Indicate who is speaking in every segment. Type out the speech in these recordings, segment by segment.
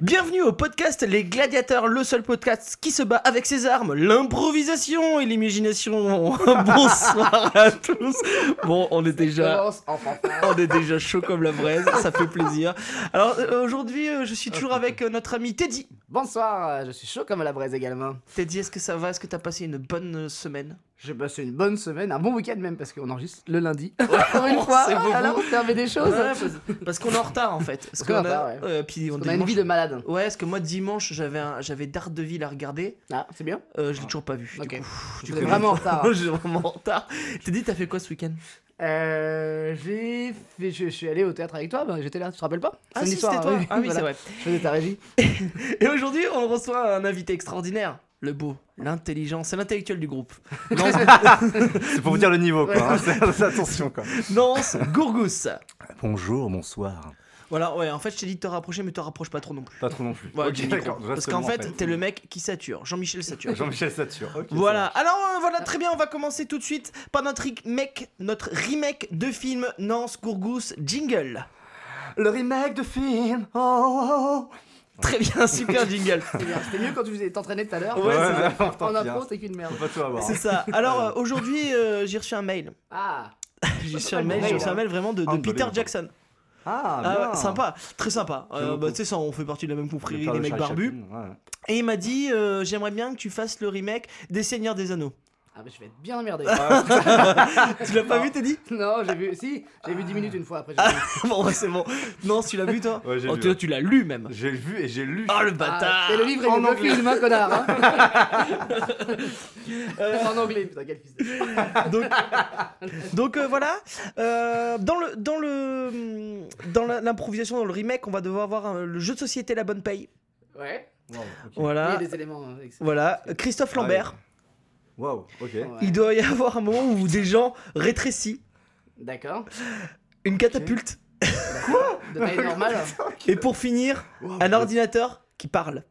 Speaker 1: Bienvenue au podcast Les Gladiateurs, le seul podcast qui se bat avec ses armes, l'improvisation et l'imagination. Bonsoir à tous. Bon, on est déjà, on est déjà chaud comme la braise, ça fait plaisir. Alors euh, aujourd'hui, euh, je suis toujours avec euh, notre ami Teddy.
Speaker 2: Bonsoir, euh, je suis chaud comme à la braise également.
Speaker 1: Teddy, est-ce que ça va Est-ce que t'as passé une bonne euh, semaine
Speaker 2: J'ai passé une bonne semaine, un bon week-end même, parce qu'on enregistre le lundi. Pour une fois,
Speaker 1: c'est beau.
Speaker 2: ah, là, on se permet des choses.
Speaker 1: Ouais, parce- Parce qu'on est en retard en fait. Parce
Speaker 2: Parce qu'on est en
Speaker 1: qu'on a-
Speaker 2: retard,
Speaker 1: euh, puis on,
Speaker 2: on a une
Speaker 1: dimanche-
Speaker 2: vie de malade.
Speaker 1: Ouais, parce que moi dimanche j'avais un- j'avais Daredevil à regarder.
Speaker 2: Ah, c'est bien
Speaker 1: Euh, je l'ai toujours pas vu. du
Speaker 2: Ok.
Speaker 1: coup.
Speaker 2: Ah, Vous
Speaker 1: coup,
Speaker 2: êtes vraiment en retard.
Speaker 1: J'ai vraiment en retard. T'es dit, t'as fait quoi ce week-end
Speaker 2: Euh, j'ai fait, je, je suis allé au théâtre avec toi, bah, j'étais là, tu te rappelles pas Samedi
Speaker 1: si,
Speaker 2: soir,
Speaker 1: c'était toi.
Speaker 2: oui,
Speaker 1: Ah oui,
Speaker 2: voilà.
Speaker 1: c'est
Speaker 2: Je faisais ta régie.
Speaker 1: vrai. Et aujourd'hui, on reçoit un invité extraordinaire. Le beau, l'intelligent, c'est l'intellectuel du groupe. Nance,
Speaker 3: C'est pour vous dire le niveau, quoi. hein. C'est- Attention, quoi.
Speaker 1: Nance Gourgous.
Speaker 3: Bonjour, bonsoir.
Speaker 1: Voilà, ouais, en fait, je t'ai dit de te rapprocher, mais te rapproche pas trop non plus.
Speaker 3: Pas trop non plus.
Speaker 1: Ouais,
Speaker 3: Ok,
Speaker 1: du micro.
Speaker 3: je
Speaker 1: Parce
Speaker 3: reste
Speaker 1: qu'en
Speaker 3: devant,
Speaker 1: fait, t'es le mec qui sature. Jean-Michel sature.
Speaker 3: Jean-Michel Satur. Ok, ça
Speaker 1: Voilà, alors euh, voilà, très bien, on va commencer tout de suite par notre remake, notre remake de film Nance Gourgous Jingle.
Speaker 3: Le remake de film. Oh, oh,
Speaker 1: Très bien, super jingle.
Speaker 2: C'était bien, c'était mieux quand tu faisais- t'entraînais tout à l'heure.
Speaker 3: oh.
Speaker 1: Ouais, c'est
Speaker 3: ouais,
Speaker 2: En
Speaker 3: tant pis, hein.
Speaker 2: impro, c'est qu'une merde.
Speaker 3: Faut pas tout avoir.
Speaker 1: C'est ça. Alors euh, aujourd'hui, euh, j'ai reçu un mail.
Speaker 2: Ah,
Speaker 1: J'ai reçu un mail, j'ai reçu un mail vraiment de, de Peter
Speaker 3: Unbelievable.
Speaker 1: Jackson.
Speaker 3: Ah,
Speaker 1: Ah
Speaker 3: bien.
Speaker 1: ouais, sympa, très sympa.
Speaker 3: J'aime
Speaker 1: Euh, bah,
Speaker 3: beaucoup.
Speaker 1: tu sais, ça, on fait partie de la même
Speaker 3: Le
Speaker 1: confrérie,
Speaker 3: père
Speaker 1: les
Speaker 3: de
Speaker 1: mecs
Speaker 3: Charlie
Speaker 1: barbus. Oh,
Speaker 3: Chaplin, ouais.
Speaker 1: Et il m'a dit euh, J'aimerais bien que tu fasses le remake des Seigneurs des Anneaux.
Speaker 2: ah bah, je vais être bien emmerdé.
Speaker 1: Tu l'as pas vu, Teddy
Speaker 2: non, j'ai vu, si, j'ai vu 10 minutes une fois après. j'ai dit,
Speaker 1: Bon, ouais, c'est bon. Non, tu l'as vu, toi
Speaker 3: Ouais, j'ai
Speaker 1: Oh,
Speaker 3: lu,
Speaker 1: tu-
Speaker 3: ouais.
Speaker 1: Tu l'as lu même.
Speaker 3: J'ai vu et j'ai lu.
Speaker 1: Oh le
Speaker 2: Ah,
Speaker 1: bâtard
Speaker 2: c'est le livre
Speaker 3: En
Speaker 2: et le
Speaker 3: anglais.
Speaker 2: film, hein, connard. hein. Euh, en anglais, putain, quel fils de.
Speaker 1: Donc, donc, euh, voilà. Euh, dans le dans le hum, dans la- l'improvisation, dans le remake, on va devoir avoir euh, le jeu de société La Bonne Paye.
Speaker 2: Ouais.
Speaker 3: Wow, ok.
Speaker 1: Voilà.
Speaker 2: Il y a des éléments. euh, avec ça.
Speaker 1: Voilà, Christophe Lambert.
Speaker 3: Wow, ok.
Speaker 2: Ouais.
Speaker 1: Il doit y avoir un moment où des gens rétrécis,
Speaker 2: D'accord.
Speaker 1: une catapulte,
Speaker 2: De taille normale.
Speaker 1: et pour finir, un ordinateur qui parle.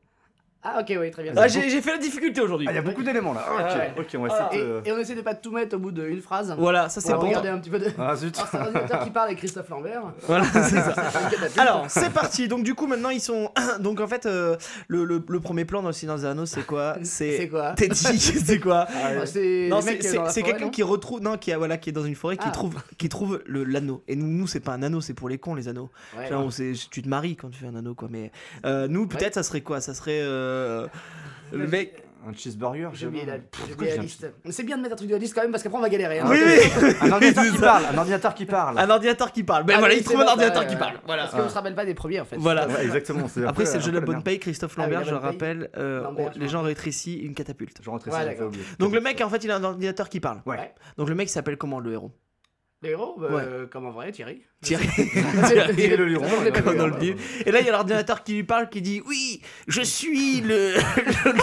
Speaker 2: Ah, ok, oui, très bien.
Speaker 1: Ah, j'ai j'ai fait la difficulté aujourd'hui.
Speaker 3: Ah, il y a beaucoup d'éléments là. Ah,
Speaker 1: Ouais.
Speaker 3: Ok, ok, on va
Speaker 2: Ah,
Speaker 3: essayer
Speaker 2: et,
Speaker 3: de. te-
Speaker 2: et on essaie de pas tout mettre au bout d'une phrase.
Speaker 1: Voilà, ça c'est
Speaker 2: Pour
Speaker 1: bon.
Speaker 2: regarder un petit peu de.
Speaker 3: Ah, zut.
Speaker 2: Alors, c'est un ordinateur qui parle avec Christophe Lambert.
Speaker 1: Voilà, c'est ça.
Speaker 2: C'est une catapulte.
Speaker 1: Alors, c'est parti. Donc, du coup, maintenant, ils sont. Donc, en fait, euh, le, le- le premier plan dans le Seigneur des Anneaux, c'est quoi
Speaker 2: c'est
Speaker 1: C'est.
Speaker 2: quoi
Speaker 1: Teddy, c'est quoi
Speaker 2: Ah, C'est
Speaker 1: Non,
Speaker 2: les mecs
Speaker 1: c'est c'est-
Speaker 2: dans la
Speaker 1: c'est
Speaker 2: forêt,
Speaker 1: quelqu'un
Speaker 2: non
Speaker 1: qui retrouve, non, qui a, voilà, qui est dans une forêt, qui
Speaker 2: Ah.
Speaker 1: trouve, qui trouve le- l'anneau. Et nous, nous, c'est pas un anneau, c'est pour les cons les anneaux.
Speaker 2: Ouais.
Speaker 1: Genre, on sait- tu te maries quand tu fais un anneau, quoi. Mais euh, nous, peut-être, ça serait quoi Ça serait euh, le mec.
Speaker 3: Un cheeseburger.
Speaker 2: J'ai oublié la, j'ai
Speaker 3: Pff,
Speaker 2: oublié
Speaker 3: pourquoi
Speaker 2: la
Speaker 3: j'ai un-
Speaker 2: liste. C'est bien de mettre un truc de la liste quand même parce qu'après on va galérer. hein.
Speaker 1: Oui, oui,
Speaker 3: Un ordinateur qui
Speaker 1: C'est ça.
Speaker 3: parle. Un ordinateur qui parle.
Speaker 1: un ordinateur qui parle. Ben
Speaker 2: Ah,
Speaker 1: voilà,
Speaker 2: oui,
Speaker 1: il
Speaker 2: c'est
Speaker 1: trouve un
Speaker 2: bon, ça,
Speaker 1: ordinateur
Speaker 2: ouais,
Speaker 1: qui
Speaker 2: ouais.
Speaker 1: parle. Voilà. Ah.
Speaker 2: Parce qu'on se rappelle pas des premiers en fait.
Speaker 1: Voilà.
Speaker 3: Ouais, exactement. c'est
Speaker 1: Après, c'est
Speaker 3: un
Speaker 1: le jeu
Speaker 3: peu
Speaker 1: de la
Speaker 3: la
Speaker 1: bonne
Speaker 3: merde.
Speaker 1: paye, Christophe
Speaker 2: Ah oui,
Speaker 1: Lambert,
Speaker 2: la
Speaker 1: je le
Speaker 2: bonne paye.
Speaker 1: rappelle, euh,
Speaker 2: Lambert,
Speaker 1: on-
Speaker 2: je
Speaker 1: les
Speaker 2: me
Speaker 1: gens rétrécis une catapulte.
Speaker 3: Je rentrais
Speaker 2: Ouais,
Speaker 3: ça, j'avais
Speaker 2: d'accord.
Speaker 3: oublié.
Speaker 1: Donc le mec, en fait, il a un ordinateur qui parle.
Speaker 3: Ouais.
Speaker 1: Donc le mec il s'appelle comment le héros
Speaker 2: Les héros, bah,
Speaker 1: Ouais.
Speaker 2: euh, comme en vrai, Thierry.
Speaker 1: Thierry.
Speaker 3: Thierry le lion.
Speaker 2: Comme
Speaker 1: Comme dans
Speaker 2: le
Speaker 1: le film. Et là, il y a l'ordinateur qui lui parle, qui dit Oui, je suis le.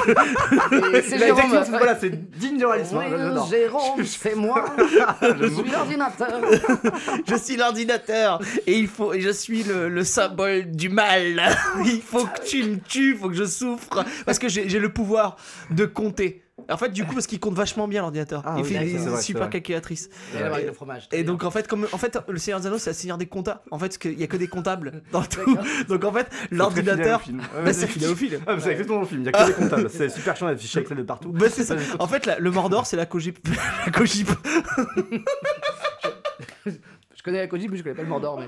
Speaker 2: Et C'est
Speaker 3: La
Speaker 2: Jérôme.
Speaker 3: technique, c'est- voilà, c'est digne de réalisme. hein, j'adore.
Speaker 2: Oui, Jérôme, c'est moi. Je suis l'ordinateur.
Speaker 1: Je suis l'ordinateur et il faut et je suis le, le symbole du mal. Il faut que tu me tues, il faut que je souffre parce que j'ai j'ai le pouvoir de compter. En fait, du coup, parce qu'il compte vachement bien l'ordinateur,
Speaker 3: Ah
Speaker 1: il
Speaker 3: oui,
Speaker 1: fait
Speaker 3: d'accord,
Speaker 1: des
Speaker 3: c'est vrai, c'est
Speaker 1: super
Speaker 3: vrai.
Speaker 1: calculatrices.
Speaker 2: Et la marque de fromage. très
Speaker 1: Et
Speaker 2: bien.
Speaker 1: donc, en fait, comme en fait, le Seigneur des Anneaux, c'est la Seigneur des comptas. En fait, parce qu'il y a que des comptables dans tout. Donc, en fait, l'ordinateur, Bah, c'est fidèle au film.
Speaker 3: Ah, mais c'est exactement le film, il y a que des comptables. C'est super chiant, affiché avec celle de partout.
Speaker 1: Bah, c'est ça. En fait, la- le Mordor, c'est la Cogip. la Cogip.
Speaker 2: Je connais la Koji, mais je connais pas le Mordor. Mais...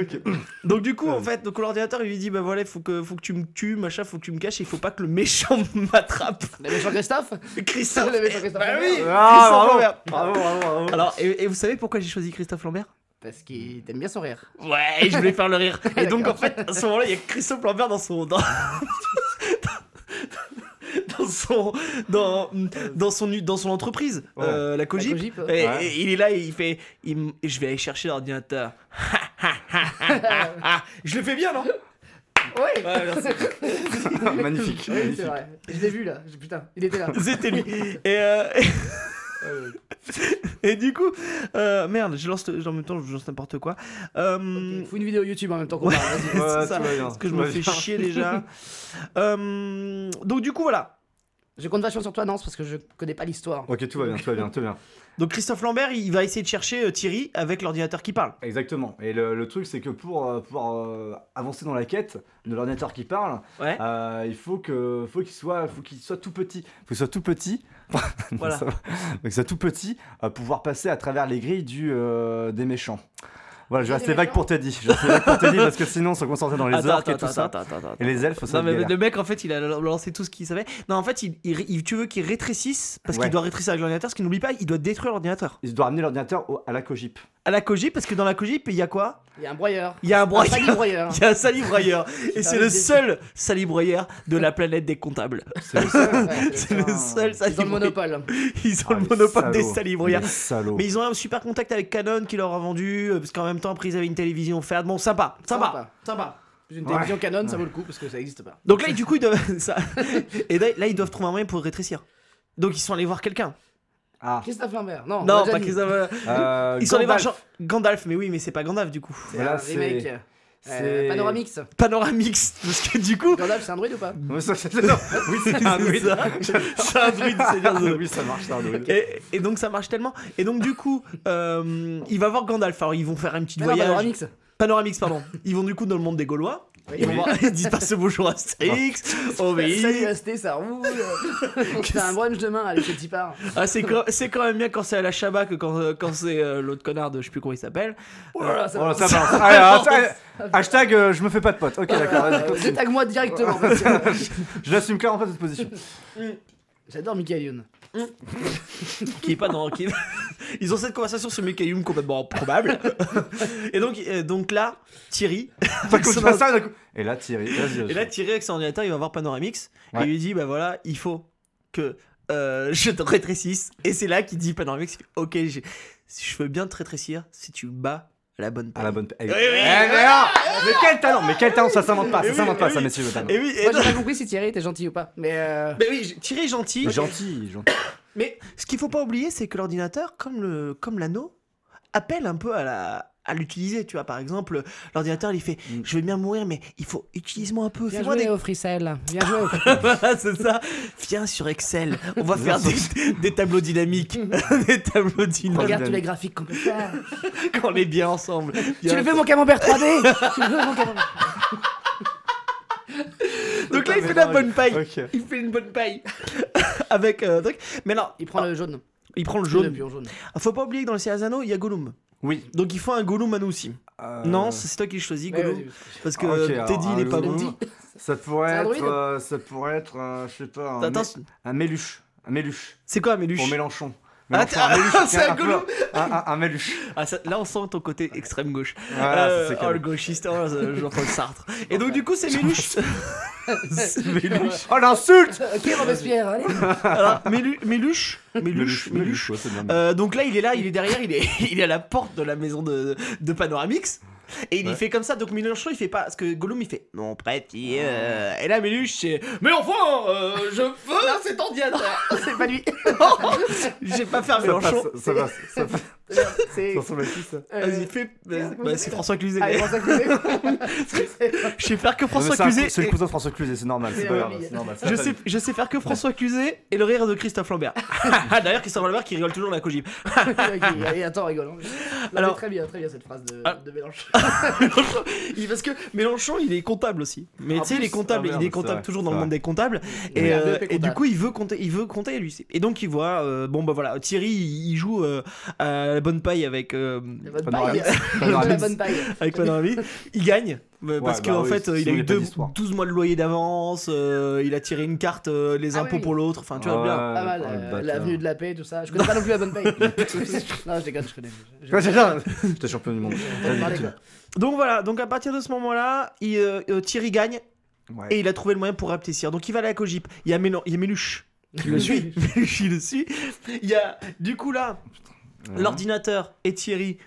Speaker 3: Ok.
Speaker 1: Donc du coup,
Speaker 3: Ouais.
Speaker 1: en fait, donc l'ordinateur il lui dit bah voilà, faut que faut que tu me tues, machin, faut que tu me caches, il faut pas que le méchant m'attrape.
Speaker 2: Le méchant Christophe
Speaker 1: Christophe.
Speaker 2: Le méchant Christophe
Speaker 1: Bah oui. Christophe
Speaker 3: Ah, bravo,
Speaker 1: Lambert.
Speaker 3: bravo, bravo, bravo.
Speaker 1: Alors, et, et vous savez pourquoi j'ai choisi Christophe Lambert
Speaker 2: Parce qu'il t'aime bien Bah, son rire.
Speaker 1: Ouais, je voulais faire le rire. Et donc en fait, à ce moment-là, il y a Christophe Lambert dans son dans dans son dans dans son dans son entreprise,
Speaker 3: Ouais.
Speaker 1: euh, la Cogip.
Speaker 2: La Cogip,
Speaker 1: et,
Speaker 2: ouais.
Speaker 1: et- et il est là et il fait il m- je vais aller chercher l'ordinateur. je le fais bien, non
Speaker 2: Ouais,
Speaker 1: Ouais, merci.
Speaker 3: magnifique.
Speaker 2: Oui, c'est
Speaker 3: magnifique.
Speaker 2: vrai. Je l'ai vu là. Je- Putain, il était là.
Speaker 1: C'était lui. Et, euh, et du coup, euh, merde, je lance, le- en même temps, je lance n'importe quoi. Euh,
Speaker 2: Fous une vidéo YouTube en même temps qu'on parle. vas-y.
Speaker 1: c'est
Speaker 3: Ouais,
Speaker 1: ça,
Speaker 3: tout va bien,
Speaker 1: parce que je
Speaker 3: tout
Speaker 1: me
Speaker 3: va
Speaker 1: fais
Speaker 3: bien.
Speaker 1: chier déjà. Euh, donc du coup, voilà.
Speaker 2: Je compte vachement sur toi, Nance, parce que je connais pas l'histoire.
Speaker 3: Ok, tout va bien, tout va bien, tout va bien.
Speaker 1: Donc Christophe Lambert, il va essayer de chercher euh, Thierry avec l'ordinateur qui parle.
Speaker 3: Exactement. Et le, le truc, c'est que pour euh, pouvoir euh, avancer dans la quête de l'ordinateur qui parle,
Speaker 1: Ouais.
Speaker 3: euh, il faut que, faut qu'il soit, faut qu'il soit tout petit. Faut qu'il soit tout petit. Non,
Speaker 1: Voilà.
Speaker 3: ça va. Faut qu'il soit tout petit, euh, pouvoir passer à travers les grilles du euh, des méchants. Voilà, je
Speaker 2: Des
Speaker 3: vais rester vague
Speaker 2: méchants.
Speaker 3: pour Teddy. Je vais rester vague pour Teddy parce que sinon, on se concentrait dans les
Speaker 1: Attends,
Speaker 3: orques et
Speaker 1: attends,
Speaker 3: tout ça.
Speaker 1: attends, attends, attends,
Speaker 3: Et les elfes, ça
Speaker 1: Non,
Speaker 3: va
Speaker 1: mais
Speaker 3: être galère.
Speaker 1: le mec, en fait, il a lancé tout ce qu'il savait. Non, en fait, il, il- il- tu veux qu'il rétrécisse parce
Speaker 3: Ouais.
Speaker 1: qu'il doit rétrécir avec l'ordinateur. Parce qu'il n'oublie pas, il doit détruire l'ordinateur.
Speaker 3: Il doit ramener l'ordinateur au- à la cogip.
Speaker 1: À la Cogip, parce que dans la Cogip, il y a quoi
Speaker 2: Il y a un broyeur.
Speaker 1: Il y a un
Speaker 2: Un
Speaker 1: broyeur.
Speaker 2: sac de broyeur.
Speaker 1: Il y a un salibroyeur. et c'est
Speaker 2: parlais
Speaker 1: le
Speaker 2: des-
Speaker 1: seul salibroyeur de la planète des comptables.
Speaker 3: C'est le seul.
Speaker 2: Ouais,
Speaker 1: C'est le seul
Speaker 2: Ils ont le
Speaker 1: salibroyeur.
Speaker 2: monopole.
Speaker 1: Ils ont
Speaker 3: Ah,
Speaker 1: le
Speaker 3: les
Speaker 1: monopole des
Speaker 3: salauds.
Speaker 1: salibroyeurs.
Speaker 3: Les salauds.
Speaker 1: Mais ils ont un super contact avec Canon qui leur a vendu, euh, parce qu'en même temps, après, ils avaient une télévision ferme. Bon, sympa, sympa.
Speaker 2: Sympa. Une
Speaker 3: Ouais.
Speaker 2: télévision Canon, ça vaut le coup parce que ça existe pas.
Speaker 1: Donc là, du coup, ils doivent... ça- Et là, là, ils doivent trouver un moyen pour rétrécir. Donc ils sont allés voir quelqu'un.
Speaker 3: Ah.
Speaker 2: Christophe Lambert. Non, on l'a
Speaker 1: Non,
Speaker 2: déjà
Speaker 1: pas
Speaker 2: Oh, dit.
Speaker 1: qu'ils avaient...
Speaker 3: Euh,
Speaker 1: Ils sont allés voir
Speaker 3: Gandalf.
Speaker 1: Jean- Gandalf, mais oui, mais c'est pas Gandalf du coup.
Speaker 2: C'est
Speaker 3: Voilà,
Speaker 2: un remake.
Speaker 3: c'est-
Speaker 2: Euh,
Speaker 3: c'est-
Speaker 2: Panoramix.
Speaker 1: Panoramix, parce que du coup,
Speaker 2: Gandalf, c'est un druide ou pas
Speaker 3: Oui, ça- Ah, c'est- non. Oui, c'est un
Speaker 1: c'est
Speaker 3: druide.
Speaker 1: ça. C'est un druide, c'est bien de-
Speaker 3: Oui, ça marche, c'est un druide.
Speaker 1: Et, et donc ça marche tellement. Et donc du coup, euh, il va voir Gandalf. Alors ils vont faire un petit
Speaker 2: Mais non,
Speaker 1: voyage.
Speaker 2: Panoramix.
Speaker 1: Panoramix, pardon. Ils vont du coup dans le monde des Gaulois.
Speaker 2: Oui.
Speaker 1: Ils vont voir, ils disent passe bonjour à Astérix, Oh,
Speaker 2: Salut
Speaker 1: Obélix.
Speaker 2: Asté, ça roule. On se fait un brunch demain, allez, c'est petit part.
Speaker 1: Ah, c'est quand, c'est quand même bien quand c'est à la Shabbat que quand, euh, quand c'est euh, l'autre connard de je sais plus comment il s'appelle.
Speaker 2: Oh là là, ça
Speaker 3: Oh,
Speaker 2: va.
Speaker 3: ça balance. Allez, attends, Hashtag euh, je me fais pas de pote. Ok, d'accord. vas-y,
Speaker 2: Euh,
Speaker 3: continue.
Speaker 2: Détague-moi directement. parce que, euh,
Speaker 3: Je l'assume clairement pas cette position.
Speaker 2: J'adore Michael Youn.
Speaker 1: qui est pas dans qui- Ils ont cette conversation sur Mikaïum complètement improbable. Et donc, euh, donc là, Thierry.
Speaker 3: D'un coup, tu fais ça, d'un coup- Et là, Thierry, vas-y.
Speaker 1: Et là, Thierry avec son ordinateur, il va voir Panoramix. Et
Speaker 3: Ouais.
Speaker 1: il lui dit Bah voilà, il faut que euh, je te rétrécisse. Et c'est là qu'il dit Panoramix il fait, Ok, j'ai- je veux bien te rétrécir si tu bats la bonne
Speaker 3: À
Speaker 1: paille.
Speaker 3: la bonne. Eh,
Speaker 1: oui.
Speaker 3: eh, mais non Mais quel talent Mais quel talent Ça s'invente pas,
Speaker 1: Eh
Speaker 3: ça
Speaker 1: oui,
Speaker 3: s'invente pas,
Speaker 1: eh
Speaker 3: ça,
Speaker 1: oui.
Speaker 3: messieurs. le talent.
Speaker 1: Et oui, et
Speaker 2: Moi,
Speaker 1: donc-
Speaker 2: j'ai pas compris si Thierry était gentil ou pas. Mais euh,
Speaker 1: mais oui, Thierry est gentil.
Speaker 3: Gentil, gentil.
Speaker 1: Mais ce qu'il faut pas oublier, c'est que l'ordinateur, comme le, comme l'anneau, appelle un peu à la à l'utiliser, tu vois, par exemple, l'ordinateur, il fait,
Speaker 3: Mm.
Speaker 1: je vais bien mourir, mais il faut, utilise-moi un peu,
Speaker 2: Bien
Speaker 1: fais-moi
Speaker 2: joué
Speaker 1: des...
Speaker 2: au Freecell. Bien joué au
Speaker 1: voilà, c'est ça, viens sur Excel, on va faire des, des tableaux dynamiques, des tableaux dynamiques,
Speaker 2: Regarde tous les graphiques qu'on peut faire.
Speaker 1: quand on est bien ensemble.
Speaker 2: Tu
Speaker 1: Bien
Speaker 2: le veux mon camembert 3D Tu le veux mon camembert
Speaker 1: Donc là, il
Speaker 3: Mais
Speaker 1: fait la
Speaker 3: non,
Speaker 1: bonne paille.
Speaker 3: Ok.
Speaker 1: Il fait une bonne paille. Avec. euh, truc. Mais non,
Speaker 2: Il prend le jaune.
Speaker 1: il prend le
Speaker 2: Le
Speaker 1: jaune.
Speaker 2: pion jaune.
Speaker 1: Faut pas oublier que dans le Céazano, il y a Gollum.
Speaker 3: Oui.
Speaker 1: Donc il faut un Gollum à nous aussi.
Speaker 3: euh,
Speaker 1: Non, c'est toi qui le choisis,
Speaker 2: Ouais,
Speaker 1: Gollum.
Speaker 2: vas-y.
Speaker 1: Parce que
Speaker 3: Ah, ok,
Speaker 1: euh,
Speaker 3: alors,
Speaker 1: Teddy, il est
Speaker 3: un
Speaker 1: pas
Speaker 3: loup.
Speaker 1: bon.
Speaker 3: Ça pourrait
Speaker 2: C'est un
Speaker 3: être.
Speaker 2: druide.
Speaker 3: euh, Ça pourrait être, euh, je sais pas, un
Speaker 1: Attends,
Speaker 3: mé- un méluche. Un méluche.
Speaker 1: c'est quoi, Méluche
Speaker 3: Pour Mélenchon.
Speaker 1: Ah,
Speaker 3: Mélenchon, un méluche,
Speaker 1: c'est un
Speaker 3: peu-
Speaker 1: Gollum.
Speaker 3: un- un- un méluche.
Speaker 1: Ah, ça- Là, on sent ton côté extrême gauche.
Speaker 3: Voilà,
Speaker 1: Euh,
Speaker 3: c'est
Speaker 1: oh,
Speaker 3: calme.
Speaker 1: le gauchiste, oh, euh, Jean-Paul Sartre. Et donc, du coup, c'est Méluche. C'est Méluche.
Speaker 3: Oh l'insulte
Speaker 1: Euh,
Speaker 2: Ok, Robespierre, allez
Speaker 1: Alors, Mélu- Méluche Méluche Méluche.
Speaker 3: ouais, c'est bien.
Speaker 1: Euh, donc là, il est là, il est derrière, il est, il est à la porte de la maison de, de Panoramix. Et il y
Speaker 3: Ouais.
Speaker 1: fait comme ça, donc Mélenchon il fait pas, parce que Gollum il fait Mon petit, euh... et là Méluche c'est Mais enfin, euh, je veux cet ordinateur
Speaker 2: C'est pas lui
Speaker 1: J'ai pas faire
Speaker 3: ça passe,
Speaker 1: Mélenchon
Speaker 3: ça passe, ça passe.
Speaker 2: C'est.
Speaker 3: Ça ressemble à qui ça
Speaker 1: Vas-y, fais.
Speaker 2: merde, comment
Speaker 1: Bah,
Speaker 2: Euh, ça
Speaker 1: c'est
Speaker 2: s'appelle
Speaker 1: François Cluzet.
Speaker 2: Allez, François Cluzet
Speaker 1: Je sais faire que
Speaker 3: Non, mais
Speaker 1: François
Speaker 3: Ah, c'est un-
Speaker 1: Cluzet.
Speaker 3: C'est le
Speaker 1: et-
Speaker 3: cousin de François Cluzet, c'est normal, c'est
Speaker 2: C'est
Speaker 3: pas
Speaker 2: un
Speaker 3: grave,
Speaker 2: ami.
Speaker 3: c'est normal. c'est
Speaker 1: Je
Speaker 3: pas
Speaker 1: sais, je sais faire que François Cluzet et le rire de Christophe Lambert. D'ailleurs, Christophe Lambert qui rigole toujours de la cogib.
Speaker 2: Ok, Allez, attends, rigole.
Speaker 1: Alors-
Speaker 2: Alors, très bien, très bien cette phrase de,
Speaker 1: Ah.
Speaker 2: de Mélenchon.
Speaker 1: Mélenchon, il- parce que Mélenchon, il est comptable aussi. Mais
Speaker 3: En
Speaker 1: tu sais, il
Speaker 3: plus,
Speaker 1: est comptable,
Speaker 3: ah
Speaker 1: il
Speaker 3: merde,
Speaker 1: est comptable
Speaker 3: c'est vrai,
Speaker 1: toujours
Speaker 3: c'est
Speaker 1: dans le
Speaker 3: vrai.
Speaker 1: monde des comptables.
Speaker 2: Oui,
Speaker 1: Et,
Speaker 2: un
Speaker 1: euh,
Speaker 2: BP
Speaker 1: et du
Speaker 2: comptable.
Speaker 1: coup, il veut compter, il veut compter lui. Et donc, il voit, euh, bon bah voilà, Thierry, il il joue euh, à la bonne paille avec euh,
Speaker 2: La bonne paille.
Speaker 3: Panoramique.
Speaker 2: La
Speaker 3: Panoramique.
Speaker 2: bonne paille.
Speaker 1: avec Panoramique. Il gagne euh, parce
Speaker 3: Ouais,
Speaker 1: que
Speaker 3: bah
Speaker 1: en
Speaker 3: oui,
Speaker 1: fait, euh, il a
Speaker 3: sinon, il y
Speaker 1: eu
Speaker 3: a pas
Speaker 1: deux-
Speaker 3: d'histoire.
Speaker 1: 12 mois de loyer d'avance. euh, il a tiré une carte euh, les
Speaker 2: Ah
Speaker 1: impôts
Speaker 2: oui.
Speaker 1: pour l'autre. Enfin, tu vois bien.
Speaker 3: Ouais,
Speaker 2: Pas mal,
Speaker 3: oh, le
Speaker 2: euh,
Speaker 3: bâtard.
Speaker 2: l'avenue de la paix, tout ça. Je connais pas non plus la bonne paille. non, je déconne, je connais. J'ai-
Speaker 3: Ouais, c'est ça J'étais champion du monde.
Speaker 2: j'ai
Speaker 3: Vas-y,
Speaker 2: parlé,
Speaker 3: continue.
Speaker 2: quoi.
Speaker 1: Donc voilà, donc à partir de ce moment-là, il, euh, euh, Thierry gagne
Speaker 3: Ouais.
Speaker 1: et il a trouvé le moyen pour rétrécir. Donc il va aller à la Cogip. Il y a, Mélan- il y a Méluche qui le suit. Méluche, il le suit. Il y a, du coup là,
Speaker 3: Ouais.
Speaker 1: l'ordinateur et Thierry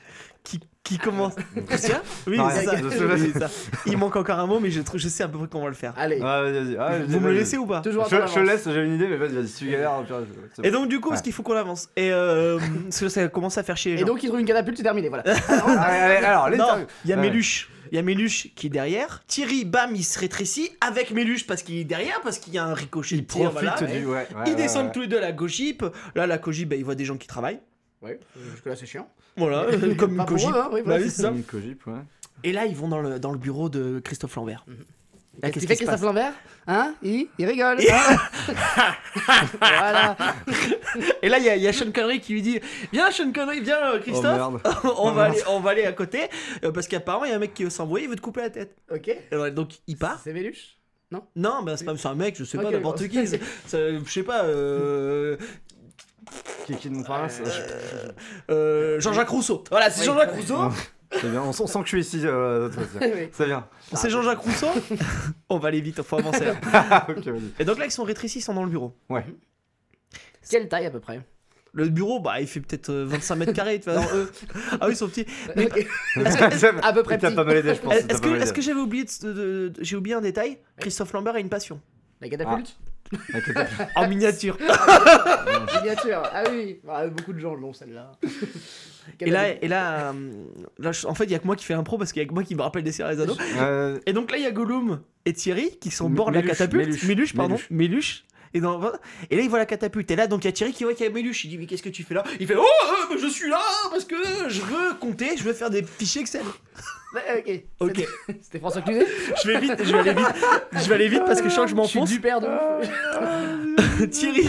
Speaker 1: qui, qui commencent. Qu'est-ce qu'il y a Oui,
Speaker 3: Non,
Speaker 1: c'est
Speaker 3: rien,
Speaker 1: ça.
Speaker 3: je sais pas.
Speaker 1: Oui, c'est ça. Il manque encore un mot, mais je, trou- je sais à peu près comment on va le faire.
Speaker 2: Allez,
Speaker 3: Ouais, vas-y, vas-y. Ah, vas-y,
Speaker 1: Vous me
Speaker 3: vas-y.
Speaker 1: le laissez ou pas
Speaker 2: toujours à
Speaker 3: Je
Speaker 2: ton
Speaker 3: je te
Speaker 2: avance.
Speaker 3: laisse, j'ai une idée, mais vas-y, vas-y, si tu galères, au pire, c'est bon.
Speaker 1: Et donc du coup,
Speaker 3: Ouais.
Speaker 1: parce qu'il faut qu'on avance. Et euh, parce que ça commence à faire chier les
Speaker 2: Et
Speaker 1: gens.
Speaker 2: donc, il trouve une catapulte, c'est terminé, voilà.
Speaker 3: Allez, allez, alors,
Speaker 1: Non,
Speaker 3: l'interview.
Speaker 1: il y a
Speaker 3: Ouais.
Speaker 1: Méluche. il y a Méluche qui est derrière. Thierry, bam, il se rétrécit avec Méluche parce qu'il est derrière, parce qu'il y a un ricochet
Speaker 3: Il
Speaker 1: de tir,
Speaker 3: profite
Speaker 1: voilà.
Speaker 3: du. Ouais, ouais,
Speaker 1: Ils
Speaker 3: ouais,
Speaker 1: descendent
Speaker 3: ouais.
Speaker 1: tous les deux à la Cogip. Là, la Cogip, bah, il voit des gens qui travaillent.
Speaker 2: Ouais, euh, jusque-là, c'est chiant.
Speaker 3: Ah,
Speaker 1: Voilà, euh, comme une
Speaker 2: Pas pour
Speaker 1: Cogip.
Speaker 2: eux, hein, oui,
Speaker 1: Bah
Speaker 2: voilà,
Speaker 1: oui,
Speaker 2: c'est-
Speaker 1: c'est ça.
Speaker 3: Une cogip, ouais.
Speaker 1: Et là, ils vont dans le, dans le bureau de Christophe Lambert. Là,
Speaker 2: Mhm. Qu'est-ce qu'il
Speaker 1: qui
Speaker 2: fait,
Speaker 1: se passe
Speaker 2: Christophe Lambert Hein il, il rigole. hein voilà.
Speaker 1: Et là, il y, a- il y a Sean Connery qui lui dit Viens, Sean Connery, viens, euh, Christophe,
Speaker 3: Oh, merde.
Speaker 1: on, va aller, on va aller à côté. euh, Parce qu'apparemment, il y a un mec qui veut s'embrouiller, il veut te couper la tête.
Speaker 2: Ok.
Speaker 1: Et ouais, donc, il part.
Speaker 2: C'est Véluche
Speaker 1: Non, mais c'est pas c'est un mec, Ah. je sais pas,
Speaker 2: Ok,
Speaker 1: n'importe
Speaker 2: bon.
Speaker 1: qui. c'est- c'est- Je sais pas, euh,
Speaker 3: Qui qui nous parle c'est-
Speaker 1: euh, Jean-Jacques Rousseau. Voilà, c'est
Speaker 2: Oui.
Speaker 1: Jean-Jacques Rousseau.
Speaker 3: C'est bien, on sent on sent que je suis ici. euh, toi, tiens.
Speaker 2: Oui.
Speaker 3: C'est bien.
Speaker 1: C'est Jean-Jacques Rousseau. on va aller vite, faut avancer. là.
Speaker 3: Ah, ok, vas-y.
Speaker 1: Et donc là, ils sont rétrécis, ils sont dans le bureau.
Speaker 2: Quelle taille à peu près
Speaker 1: Le bureau, bah, il fait peut-être euh, 25 mètres carrés. tu vois. ah oui, ils sont petits. Mais-
Speaker 2: Ok.
Speaker 3: à
Speaker 2: à peu près
Speaker 3: T'as
Speaker 2: petit.
Speaker 3: pas mal aidé, je pense. t'as
Speaker 1: Est-ce que,
Speaker 3: pas mal
Speaker 1: est-ce que
Speaker 3: aidé.
Speaker 1: j'avais oublié, de- de- de- j'ai oublié un détail Christophe Lambert a une passion.
Speaker 2: La catapulte
Speaker 3: Ah, t'as-
Speaker 1: En miniature.
Speaker 2: Miniature. Ah oui. Ah, beaucoup de gens l'ont celle-là.
Speaker 1: et là, et là, euh, là, je- en fait, il y a que moi qui fais l'impro parce qu'il y a que moi qui me rappelle des séries des anneaux.
Speaker 3: Euh,
Speaker 1: Et donc là, il y a Gollum et Thierry qui sont au
Speaker 3: M-
Speaker 1: bord de la
Speaker 3: Méluche,
Speaker 1: catapulte. Méluche,
Speaker 3: Méluche,
Speaker 1: pardon.
Speaker 3: Méluche.
Speaker 1: Méluche. Et, dans- et là, il voit la catapulte. Et là, donc, il y a Thierry qui voit qu'il y a Méluche. Il dit Mais qu'est-ce que tu fais là Il fait Oh, euh, bah, je suis là parce que je veux compter, je veux faire des fichiers Excel.
Speaker 2: Ouais, Bah, euh, Ok.
Speaker 1: Ok,
Speaker 2: C'était François Cluzet
Speaker 1: je vais vite, je vais aller vite. Je vais aller vite parce que je sens que je
Speaker 2: Je suis
Speaker 1: m'enfonce.
Speaker 2: du père de ouf.
Speaker 1: Thierry,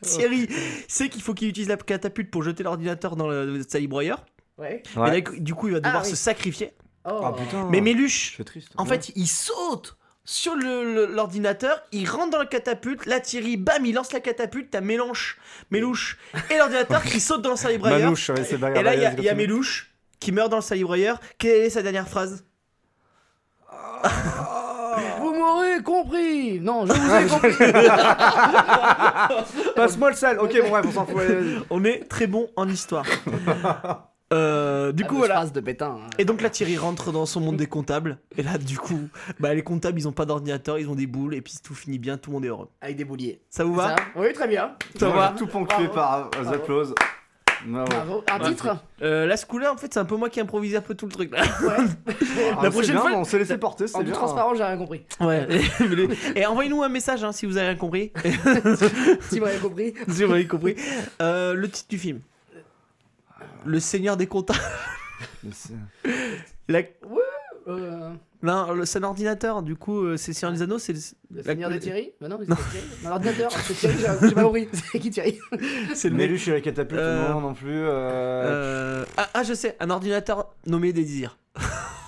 Speaker 1: Thierry sait qu'il faut qu'il utilise la catapult pour jeter l'ordinateur dans le salibroyeur.
Speaker 2: Ouais.
Speaker 3: ouais.
Speaker 1: Et là, du coup, il va devoir
Speaker 2: Ah, oui.
Speaker 1: se sacrifier.
Speaker 2: Oh.
Speaker 3: Ah putain.
Speaker 1: Mais
Speaker 3: Je
Speaker 1: Méluche,
Speaker 3: suis triste. hein.
Speaker 1: en fait, il saute sur le- le- l'ordinateur, il rentre dans la catapulte. Là, Thierry, bam, il lance la catapulte. T'as Mélanche, Mélouche et l'ordinateur qui saute dans le salibroyeur.
Speaker 3: Manouche, ouais, c'est
Speaker 1: Et là, il y a- il y, a Mélouche qui meurt dans le salibroyeur. Quelle est sa dernière phrase
Speaker 2: Vous m'aurez compris Non, je vous ai compris
Speaker 3: Passe-moi le sale. Ok, bon, bref, on s'en fout. allez, vas-y.
Speaker 1: On est très bon en histoire. Euh, du
Speaker 2: La
Speaker 1: coup,
Speaker 2: fameuse
Speaker 1: voilà.
Speaker 2: phrase de Pétain. hein.
Speaker 1: Et donc là, Thierry rentre dans son monde des comptables. Et là, du coup, bah, les comptables, ils ont pas d'ordinateur, ils ont des boules, et puis tout finit bien, tout le monde est heureux.
Speaker 2: Avec des bouliers.
Speaker 1: Ça vous va
Speaker 2: Ça Oui, très bien.
Speaker 1: Ça
Speaker 3: Moi,
Speaker 1: va
Speaker 3: j'ai Tout ponctué
Speaker 2: Bravo.
Speaker 3: par euh, The
Speaker 2: Bravo.
Speaker 3: Applause. Bravo.
Speaker 2: Bravo. Un
Speaker 3: Ouais.
Speaker 2: titre
Speaker 1: Euh, La school en fait, c'est un peu moi qui improvisais un peu tout le truc. Là.
Speaker 3: Ah,
Speaker 1: La
Speaker 3: c'est
Speaker 1: prochaine
Speaker 3: bien,
Speaker 1: fois-
Speaker 3: mais On s'est laissé porter, c'est
Speaker 2: En toute
Speaker 3: bien. hein.
Speaker 2: transparence, j'ai rien compris.
Speaker 1: Ouais. et envoyez-nous un message hein, si vous avez rien compris.
Speaker 2: Si vous avez compris.
Speaker 1: si vous avez compris. Euh, le titre du film Le Seigneur des comptables.
Speaker 3: Mais c'est-
Speaker 1: La-
Speaker 2: Euh,
Speaker 1: Non, le- c'est un ordinateur. Du coup, euh, c'est Seigneur des Anneaux, c'est le-
Speaker 2: le Seigneur
Speaker 1: la-
Speaker 2: de Thierry Bah non, mais c'est pas Thierry. Non, l'ordinateur, c'est Thierry, j'ai j'ai pas compris. C'est qui Thierry
Speaker 1: c'est le mec.
Speaker 3: Méluche et la catapulte,
Speaker 1: Euh,
Speaker 3: non, non plus. euh,
Speaker 1: Euh, Ah, ah, je sais, un ordinateur nommé Désir.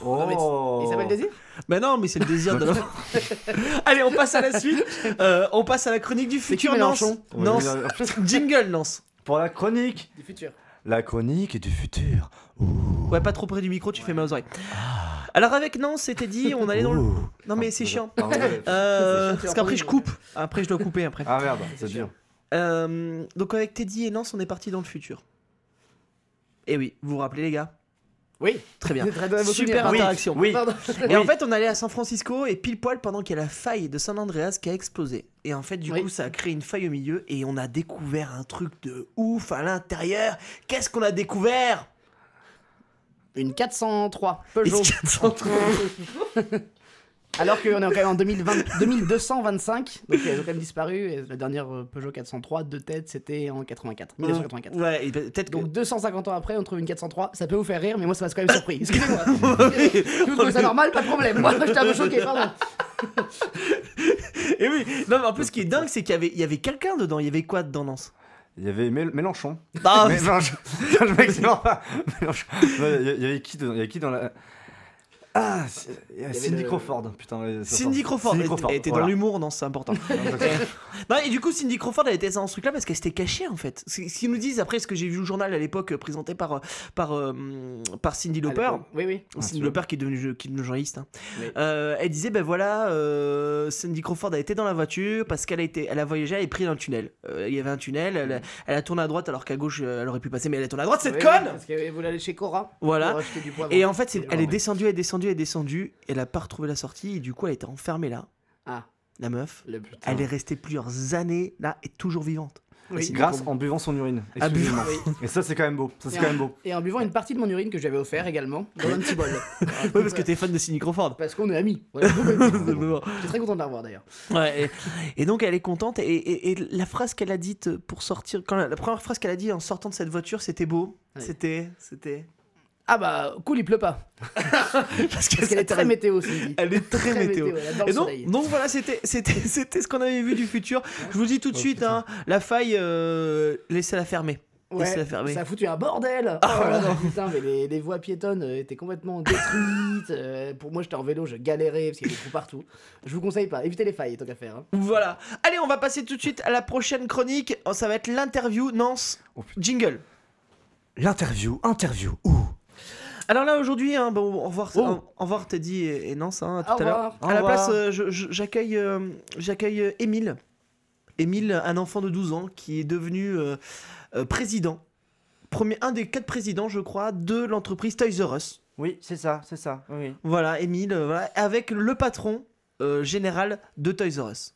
Speaker 3: Oh.
Speaker 2: Il s'appelle Désir
Speaker 1: Bah non, mais c'est le désir de Allez, on passe à la suite. Euh, on passe à la chronique du
Speaker 2: qui
Speaker 1: futur, Nance.
Speaker 2: Mélenchon
Speaker 3: On va
Speaker 1: Nance.
Speaker 3: venir-
Speaker 1: Jingle, Nance.
Speaker 3: Pour la chronique.
Speaker 2: Du futur.
Speaker 3: La chronique du futur.
Speaker 1: Ouais, pas trop près du micro, tu fais mal aux oreilles. Alors, avec Nance, c'était dit, on allait dans le.
Speaker 3: Ouh.
Speaker 1: Non, mais c'est chiant.
Speaker 3: Oh. Ah, ouais.
Speaker 1: Euh,
Speaker 2: C'est chiant,
Speaker 1: parce qu'après, je
Speaker 2: c'est
Speaker 1: coupe. Après, je dois couper après.
Speaker 3: Ah merde, c'est dur.
Speaker 1: Euh, donc, avec Teddy et Nance, on est parti dans le futur. Et oui, vous vous rappelez, les gars
Speaker 2: Oui.
Speaker 1: Très bien.
Speaker 2: Très bien.
Speaker 1: Super interaction.
Speaker 3: Oui.
Speaker 2: Pardon.
Speaker 1: Et en fait, on allait à San Francisco et pile poil pendant qu'il y a la faille de San Andreas qui a explosé. Et en fait, du
Speaker 2: Oui.
Speaker 1: coup, ça a créé une faille au milieu et on a découvert un truc de ouf à l'intérieur. Qu'est-ce qu'on a découvert
Speaker 2: Une 403
Speaker 1: Une
Speaker 2: Peugeot.
Speaker 1: 403.
Speaker 2: Alors qu'on est quand même en 2020 2225, donc elles ont quand même disparu. Et la dernière euh, Peugeot 403 de tête, c'était en 84, 1984.
Speaker 1: Ouais, et peut-être que.
Speaker 2: Donc 250 ans après, on trouve une 403. Ça peut vous faire rire, mais moi ça m'a quand même surpris. Excusez-moi. Vous trouvez ça normal Pas de problème. Moi j'étais un peu choqué, pardon.
Speaker 1: Et oui, non, mais en plus, ce qui est dingue, c'est qu'il y avait, il y avait quelqu'un dedans. Il y avait quoi dedans, Nance
Speaker 3: Il y avait Mél- Mélenchon.
Speaker 1: Ah,
Speaker 3: Mais Mélenchon. Je m'exclame pas. Mélenchon. Non, Il y- il y avait qui dedans Il y avait qui dans la. Ah, c'est- il y a
Speaker 2: avait
Speaker 3: Cindy
Speaker 2: le-
Speaker 3: Crawford, putain. ouais, ça
Speaker 1: Cindy
Speaker 3: sort.
Speaker 1: Crawford.
Speaker 3: Cindy
Speaker 1: Elle-
Speaker 3: Crawford.
Speaker 1: Elle était dans
Speaker 3: voilà.
Speaker 1: l'humour, Nance, c'est important. Non, et du coup, Cindy Crawford, elle était dans ce truc-là parce qu'elle s'était cachée en fait. Ce ce qu'ils nous disent après, ce que j'ai vu au journal à l'époque euh, présenté par, euh, par, euh, par Cindy Lauper.
Speaker 2: Oui, oui.
Speaker 3: Ah,
Speaker 1: Cindy
Speaker 3: tu vois.
Speaker 1: Lauper qui est devenue qui est devenue journaliste. hein.
Speaker 2: Oui.
Speaker 1: Euh, elle disait ben voilà, euh, Cindy Crawford a été dans la voiture parce qu'elle a été, elle a voyagé, elle est prise dans le tunnel. Euh, il y avait un tunnel, elle, a- elle a tourné à droite alors qu'à gauche euh, elle aurait pu passer, mais elle a tourné à droite cette
Speaker 2: Oui,
Speaker 1: conne.
Speaker 2: Parce que vous voulait aller chez Cora.
Speaker 1: Voilà.
Speaker 2: Pour acheter du poivre.
Speaker 1: Et en fait, c'est- elle est
Speaker 2: Ouais.
Speaker 1: descendue, elle est descendue, elle est descendue, elle a pas retrouvé la sortie et du coup elle était enfermée là.
Speaker 2: Ah.
Speaker 1: la meuf,
Speaker 2: Le putain.
Speaker 1: elle est restée plusieurs années là et toujours vivante.
Speaker 2: Oui.
Speaker 1: C'est
Speaker 3: Grâce
Speaker 1: pour-
Speaker 3: en buvant son urine.
Speaker 1: Ah, buvant.
Speaker 3: exclusivement. Et ça, c'est quand même beau. Ça, c'est
Speaker 2: Et
Speaker 3: quand
Speaker 2: en-
Speaker 3: même beau.
Speaker 2: Et en buvant une partie de mon urine que j'avais offert également, dans un petit bol.
Speaker 1: Ouais, parce que t'es fan de Cindy Crawford.
Speaker 2: Parce qu'on est amis. Ouais, je
Speaker 1: Simplement.
Speaker 2: suis très content de la revoir d'ailleurs.
Speaker 1: Ouais, et, et donc elle est contente et, et- et la phrase qu'elle a dite pour sortir, quand la, la première phrase qu'elle a dit en sortant de cette voiture, c'était beau,
Speaker 2: Ouais.
Speaker 1: c'était, c'était.
Speaker 2: Ah bah, cool, il pleut pas.
Speaker 1: Parce
Speaker 2: Parce qu'elle est très météo, Cindy.
Speaker 1: Elle est très, météo.
Speaker 2: elle adore le
Speaker 1: Et donc,
Speaker 2: soleil.
Speaker 1: donc voilà, c'était c'était- c'était ce qu'on avait vu du futur. Je vous le dis tout de
Speaker 3: Oh,
Speaker 1: suite,
Speaker 3: putain.
Speaker 1: hein, la faille, euh, laissez-la fermer.
Speaker 2: Ouais,
Speaker 1: laissez-la fermer.
Speaker 2: ça a foutu un bordel. Oh
Speaker 1: Ah.
Speaker 2: là là, putain, mais les, les voies piétonnes euh, étaient complètement détruites. euh, pour moi, j'étais en vélo, je galérais parce qu'il y avait des trous partout. Je vous conseille pas, évitez les failles tant qu'à faire. hein.
Speaker 1: Voilà. Allez, on va passer tout de suite à la prochaine chronique. Oh, Ça va être l'interview Nance.
Speaker 3: Oh, putain.
Speaker 1: Jingle.
Speaker 3: L'interview, interview, où
Speaker 1: Alors là aujourd'hui, hein, bon, au revoir,
Speaker 2: Oh.
Speaker 1: au- au revoir Teddy et, et Nance hein, à tout
Speaker 2: Au
Speaker 1: à l'heure.
Speaker 2: revoir.
Speaker 1: À la
Speaker 3: Au revoir.
Speaker 1: place, euh, je- je- j'accueille euh, j'accueille euh, Émile. Émile, un enfant de 12 ans qui est devenu euh, euh, président, premier, un des quatre présidents, je crois, de l'entreprise Toys R Us.
Speaker 3: Oui, c'est ça, c'est ça. Oui.
Speaker 1: Voilà, Émile, euh, voilà, avec le patron euh, général de Toys R Us.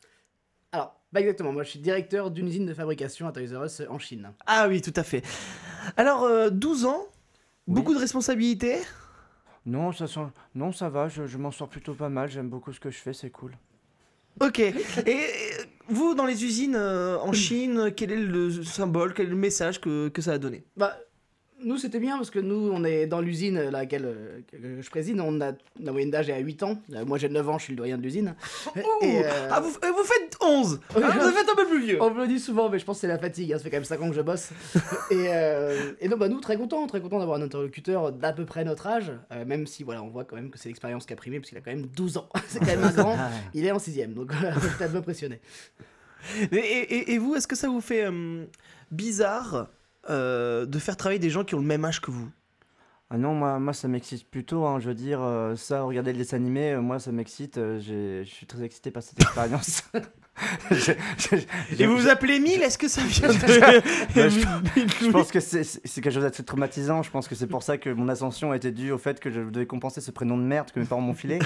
Speaker 2: Alors, bah exactement, moi je suis directeur d'une usine de fabrication à Toys R Us en Chine.
Speaker 1: Ah oui, tout à fait. Alors, euh, 12 ans,
Speaker 3: Oui.
Speaker 1: beaucoup de responsabilités.
Speaker 3: Non, ça, sent- non, ça va, je, je m'en sors plutôt pas mal, j'aime beaucoup ce que je fais, c'est cool.
Speaker 1: Ok. Et euh, vous, dans les usines euh, en Chine, quel est le symbole, quel est le message que, que ça a donné
Speaker 2: Bah, nous c'était bien parce que nous on est dans l'usine euh, laquelle euh, que- que je préside, on a, la moyenne d'âge est à 8 ans. Euh, Moi j'ai 9 ans, je suis le doyen de l'usine.
Speaker 1: Ouh,
Speaker 2: Et, euh,
Speaker 1: ah, vous, et vous faites 11
Speaker 2: Oui,
Speaker 1: Ah, Vous
Speaker 2: je-
Speaker 1: faites un peu plus vieux
Speaker 2: On me le dit souvent, mais je pense que c'est la fatigue. hein, Ça fait quand même 5 ans que je bosse. et, euh, et donc, bah, nous, très contents, très contents d'avoir un interlocuteur d'à peu près notre âge. euh, même si, voilà, on voit quand même que c'est l'expérience qui a primé, parce qu'il a quand même 12 ans. c'est quand même un grand.
Speaker 3: Ah
Speaker 2: Il est en 6 donc voilà, t'as peu impressionné.
Speaker 1: Et, et- et vous, est-ce que ça vous fait euh, bizarre euh, de faire travailler des gens qui ont le même âge que vous
Speaker 3: Ah non, moi, moi ça m'excite plutôt, hein, je veux dire, euh, ça, regarder les dessins animés, euh, moi ça m'excite, euh, j'ai- je suis très excité par cette expérience. Je- je- je-
Speaker 1: Et vous vous appelez Émile, est-ce que ça vient de...
Speaker 3: Bah, je, je pense que c'est c'est- c'est quelque chose d'assez traumatisant. Je pense que c'est pour ça que mon ascension a été due au fait que je devais compenser ce prénom de merde que mes parents m'ont filé.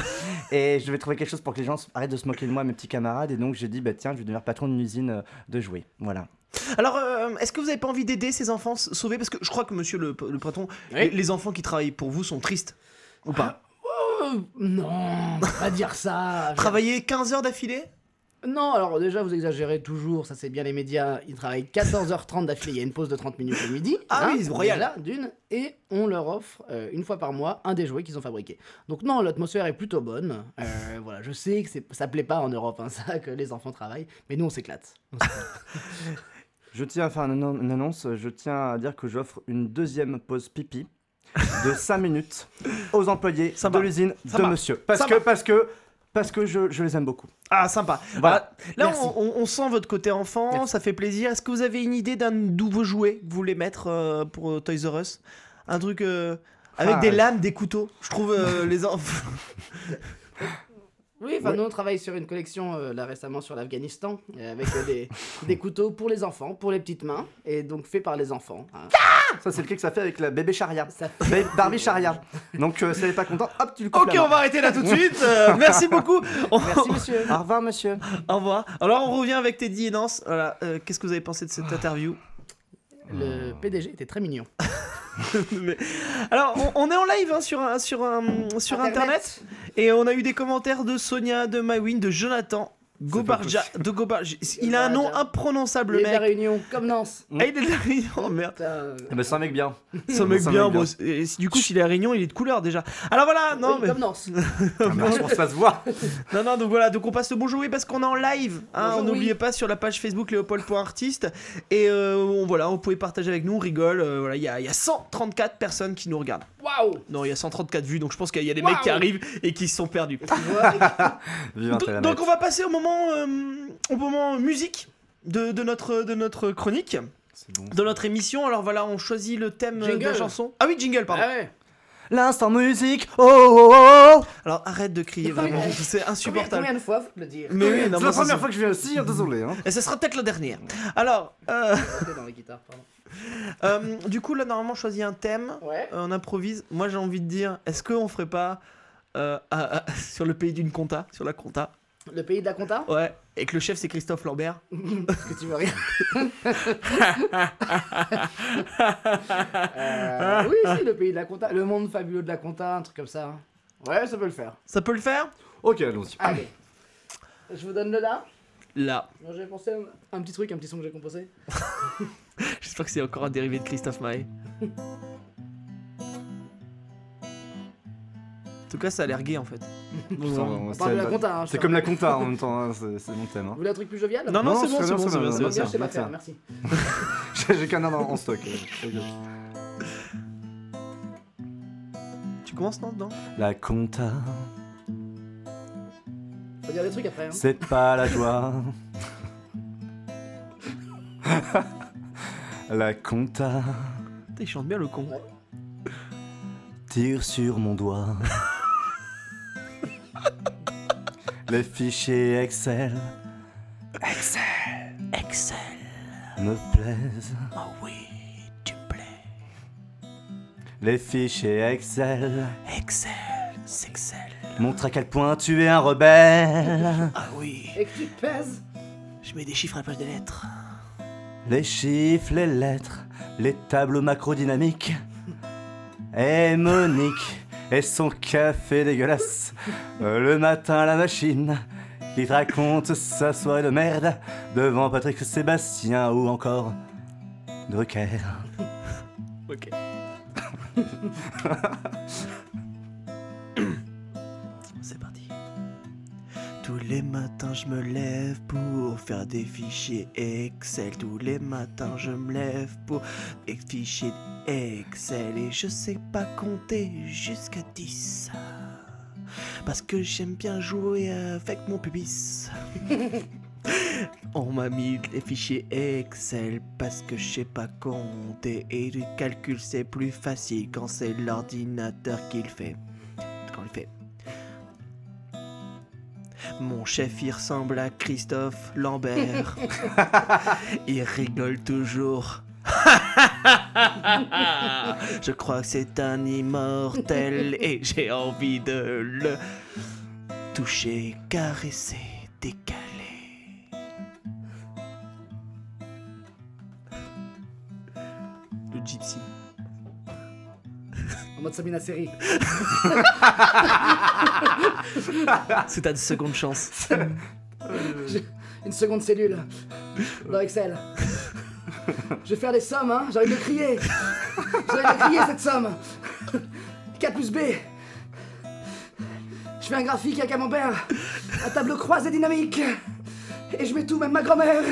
Speaker 3: Et je devais trouver quelque chose pour que les gens s- arrêtent de se moquer de moi, mes petits camarades. Et donc j'ai dit, bah tiens, je vais devenir patron d'une usine euh, de jouets. Voilà.
Speaker 1: Alors, euh, est-ce que vous n'avez pas envie d'aider ces enfants s- sauvés Parce que je crois que monsieur le, le patron, les, les enfants qui travaillent pour vous sont tristes. Ou pas
Speaker 2: Euh, non, faut pas dire ça. Je-
Speaker 1: Travailler 15 heures d'affilée
Speaker 2: Non, alors déjà, vous exagérez toujours. Ça, c'est bien les médias. Ils travaillent 14h30 d'affilée. Il y a une pause de 30 minutes le midi. hein,
Speaker 1: Ah oui, c'est royal.
Speaker 2: déjà, d'une. Et on leur offre, euh, une fois par mois, un des jouets qu'ils ont fabriqués. Donc, non, l'atmosphère est plutôt bonne. Euh, voilà, je sais que c'est- ça plaît pas en Europe, hein, ça, que les enfants travaillent. Mais nous, on s'éclate.
Speaker 3: Je tiens à faire une, annon- une annonce. Je tiens à dire que j'offre une deuxième pause pipi de 5 minutes aux employés
Speaker 1: Sympa.
Speaker 3: de l'usine de
Speaker 1: Sympa.
Speaker 3: monsieur. Parce
Speaker 1: Sympa.
Speaker 3: que, parce que, parce que je, je les aime beaucoup.
Speaker 1: Ah, sympa.
Speaker 3: Voilà.
Speaker 1: Ah, là,
Speaker 2: Merci.
Speaker 1: on, on- on sent votre côté enfant,
Speaker 2: Merci.
Speaker 1: ça fait plaisir. Est-ce que vous avez une idée d'un nouveau jouet que vous voulez mettre euh, pour euh, Toys R Us Un truc euh, avec
Speaker 3: Ah,
Speaker 1: des
Speaker 3: ouais.
Speaker 1: lames, des couteaux Je trouve euh, les enfants.
Speaker 2: Oui, enfin, nous, on travaille sur une collection, euh, là, récemment, sur l'Afghanistan, euh, avec euh, des, des couteaux pour les enfants, pour les petites mains, et donc fait par les enfants. hein.
Speaker 3: Ça, c'est le truc que ça fait avec la bébé charia.
Speaker 2: Ça fait-
Speaker 3: Ba- Barbie charia. Donc, euh, si elle n'est pas contente, hop, tu lui coupes
Speaker 1: Ok,
Speaker 3: la main.
Speaker 1: on va arrêter là tout de suite. Euh, merci beaucoup. On-
Speaker 2: Merci, monsieur.
Speaker 3: Au revoir, monsieur.
Speaker 1: Au revoir. Alors, on revient avec Teddy et Nance. Voilà, euh, qu'est-ce que vous avez pensé de cette interview
Speaker 2: Le PDG était très mignon.
Speaker 1: Mais- Alors, on, on est en live hein, sur, un- sur, un- sur Internet. Et on a eu des commentaires de Sonia, de Mywin, de Jonathan, Gobarja, de Gobarja. Il a un nom
Speaker 2: Gobarja.
Speaker 1: imprononçable,
Speaker 2: Le
Speaker 1: le
Speaker 2: la
Speaker 1: mec.
Speaker 2: réunion, comme Nance.
Speaker 1: Ah, il est de la Réunion, oh, merde.
Speaker 2: Putain.
Speaker 3: Eh ben, c'est un mec bien.
Speaker 1: Ça mec
Speaker 3: Ça
Speaker 1: bien,
Speaker 3: mec bien.
Speaker 1: bon, c'est- et si- du coup, s'il est à Réunion, il est de couleur déjà. Alors voilà, non,
Speaker 2: Oui,
Speaker 1: mais-
Speaker 2: comme Nance.
Speaker 3: Ah bah, je pense que ça se voit.
Speaker 1: non, non, donc voilà, donc on passe le bonjour, oui, parce qu'on est en live. hein,
Speaker 2: Bonjour,
Speaker 1: on n'oubliez
Speaker 2: oui.
Speaker 1: pas sur la page Facebook léopold.artiste. Et euh, on, voilà, on pouvez partager avec nous, on rigole. euh, voilà, il y, a- il y a 134 personnes qui nous regardent.
Speaker 2: Waouh
Speaker 1: Non, il y a 134 vues, donc je pense qu'il y a des
Speaker 2: Waouh
Speaker 1: mecs qui arrivent et qui se sont perdus.
Speaker 2: Tu vois, et-
Speaker 3: Vive
Speaker 1: Donc,
Speaker 3: Internet.
Speaker 1: donc on va passer au moment, euh, au moment musique de, de notre, de notre chronique,
Speaker 3: C'est bon.
Speaker 1: de notre émission. Alors voilà, on choisit le thème euh, de la
Speaker 2: Jingle.
Speaker 1: chanson. Ah oui, jingle, pardon.
Speaker 2: Ah ouais.
Speaker 3: L'instant musique. Oh oh oh. oh.
Speaker 1: Alors arrête de crier,
Speaker 2: euh, Combien-
Speaker 1: vraiment, c'est
Speaker 2: Combien,
Speaker 1: insupportable.
Speaker 2: combien de fois faut le dire
Speaker 1: Mais oui, non,
Speaker 3: C'est
Speaker 1: moi,
Speaker 3: la
Speaker 1: ça,
Speaker 3: première fois que je viens aussi, hein, désolé. Hein.
Speaker 1: c'est- Et ce sera peut-être la dernière. Alors, euh,
Speaker 2: Tapez dans les guitares, pardon.
Speaker 1: euh, du coup, là, normalement, on choisit un thème,
Speaker 2: Ouais.
Speaker 1: euh, on improvise. Moi, j'ai envie de dire, est-ce qu'on ferait pas euh, à- à- sur le pays d'une compta, sur la compta
Speaker 2: Le pays de la compta
Speaker 1: Ouais. Et que le chef c'est Christophe Lambert.
Speaker 2: Parce que tu veux rire. Euh, oui, si, le pays de la compta. Le monde fabuleux de la compta, un truc comme ça. hein. Ouais, ça peut le faire.
Speaker 1: Ça peut le faire
Speaker 3: Ok, allons-y.
Speaker 2: Allez. Je vous donne le là.
Speaker 1: Là.
Speaker 2: Moi, J'ai pensé à un, un petit truc, un petit son que j'ai composé.
Speaker 1: J'espère que c'est encore un dérivé de Christophe Maé. En tout cas, ça a l'air gay en fait.
Speaker 3: Putain, on-
Speaker 2: On
Speaker 3: c'est-
Speaker 2: parle de la compta. hein, je
Speaker 3: C'est
Speaker 2: parle.
Speaker 3: comme la compta en même temps, hein, c'est c'est mon thème. hein.
Speaker 2: Vous voulez un truc plus jovial
Speaker 1: Ah Non, non,
Speaker 3: Non,
Speaker 1: c'est bon,
Speaker 3: c'est
Speaker 1: c'est
Speaker 3: bien,
Speaker 1: bon, c'est
Speaker 3: c'est
Speaker 1: bon,
Speaker 3: bien,
Speaker 1: c'est bon.
Speaker 2: Bien, je
Speaker 3: tiens,
Speaker 2: sais pas
Speaker 3: tiens.
Speaker 2: faire, merci.
Speaker 3: J'ai j'ai qu'un an en en stock. euh.
Speaker 1: Tu commences non dedans
Speaker 3: La compta,
Speaker 2: Faut dire des trucs après. hein.
Speaker 3: c'est pas la joie. La compta
Speaker 1: Putain, il chante bien le con.
Speaker 3: tire sur mon doigt. Les fichiers Excel
Speaker 1: Excel.
Speaker 3: me plaisent.
Speaker 1: Oh oui, tu me plais.
Speaker 3: Les fichiers Excel
Speaker 1: Excel. Excel.
Speaker 3: montrent à quel point tu es un rebelle.
Speaker 1: Ah oui,
Speaker 2: Et que tu pèses
Speaker 1: je mets des chiffres à la place des lettres.
Speaker 3: Les chiffres, les lettres, les tableaux macrodynamiques. Et Monique et son café dégueulasse. Euh, Le matin, la machine qui te raconte sa soirée de merde devant Patrick Sébastien ou encore Drucker.
Speaker 1: Ok. C'est parti. Tous les matins je me lève pour faire des fichiers Excel. Tous les matins je me lève pour des fichiers Excel. Et je sais pas compter jusqu'à 10. Parce que j'aime bien jouer avec mon pubis. On m'a mis les fichiers Excel parce que je sais pas compter et le calcul c'est plus facile quand c'est l'ordinateur qui le fait. Quand il fait. Mon chef il ressemble à Christophe Lambert. il rigole toujours. je crois que c'est un immortel et j'ai envie de le toucher, caresser, décaler. Le gypsy.
Speaker 2: En mode Sabina série.
Speaker 1: Ah, C'est ta seconde chance.
Speaker 2: Une seconde cellule. Dans Excel. Je vais faire des sommes, hein. J'ai envie de crier. J'ai envie de crier cette somme. 4 plus B. Je fais un graphique, un camembert. Un tableau croisé dynamique. Et je mets tout, même ma grand-mère.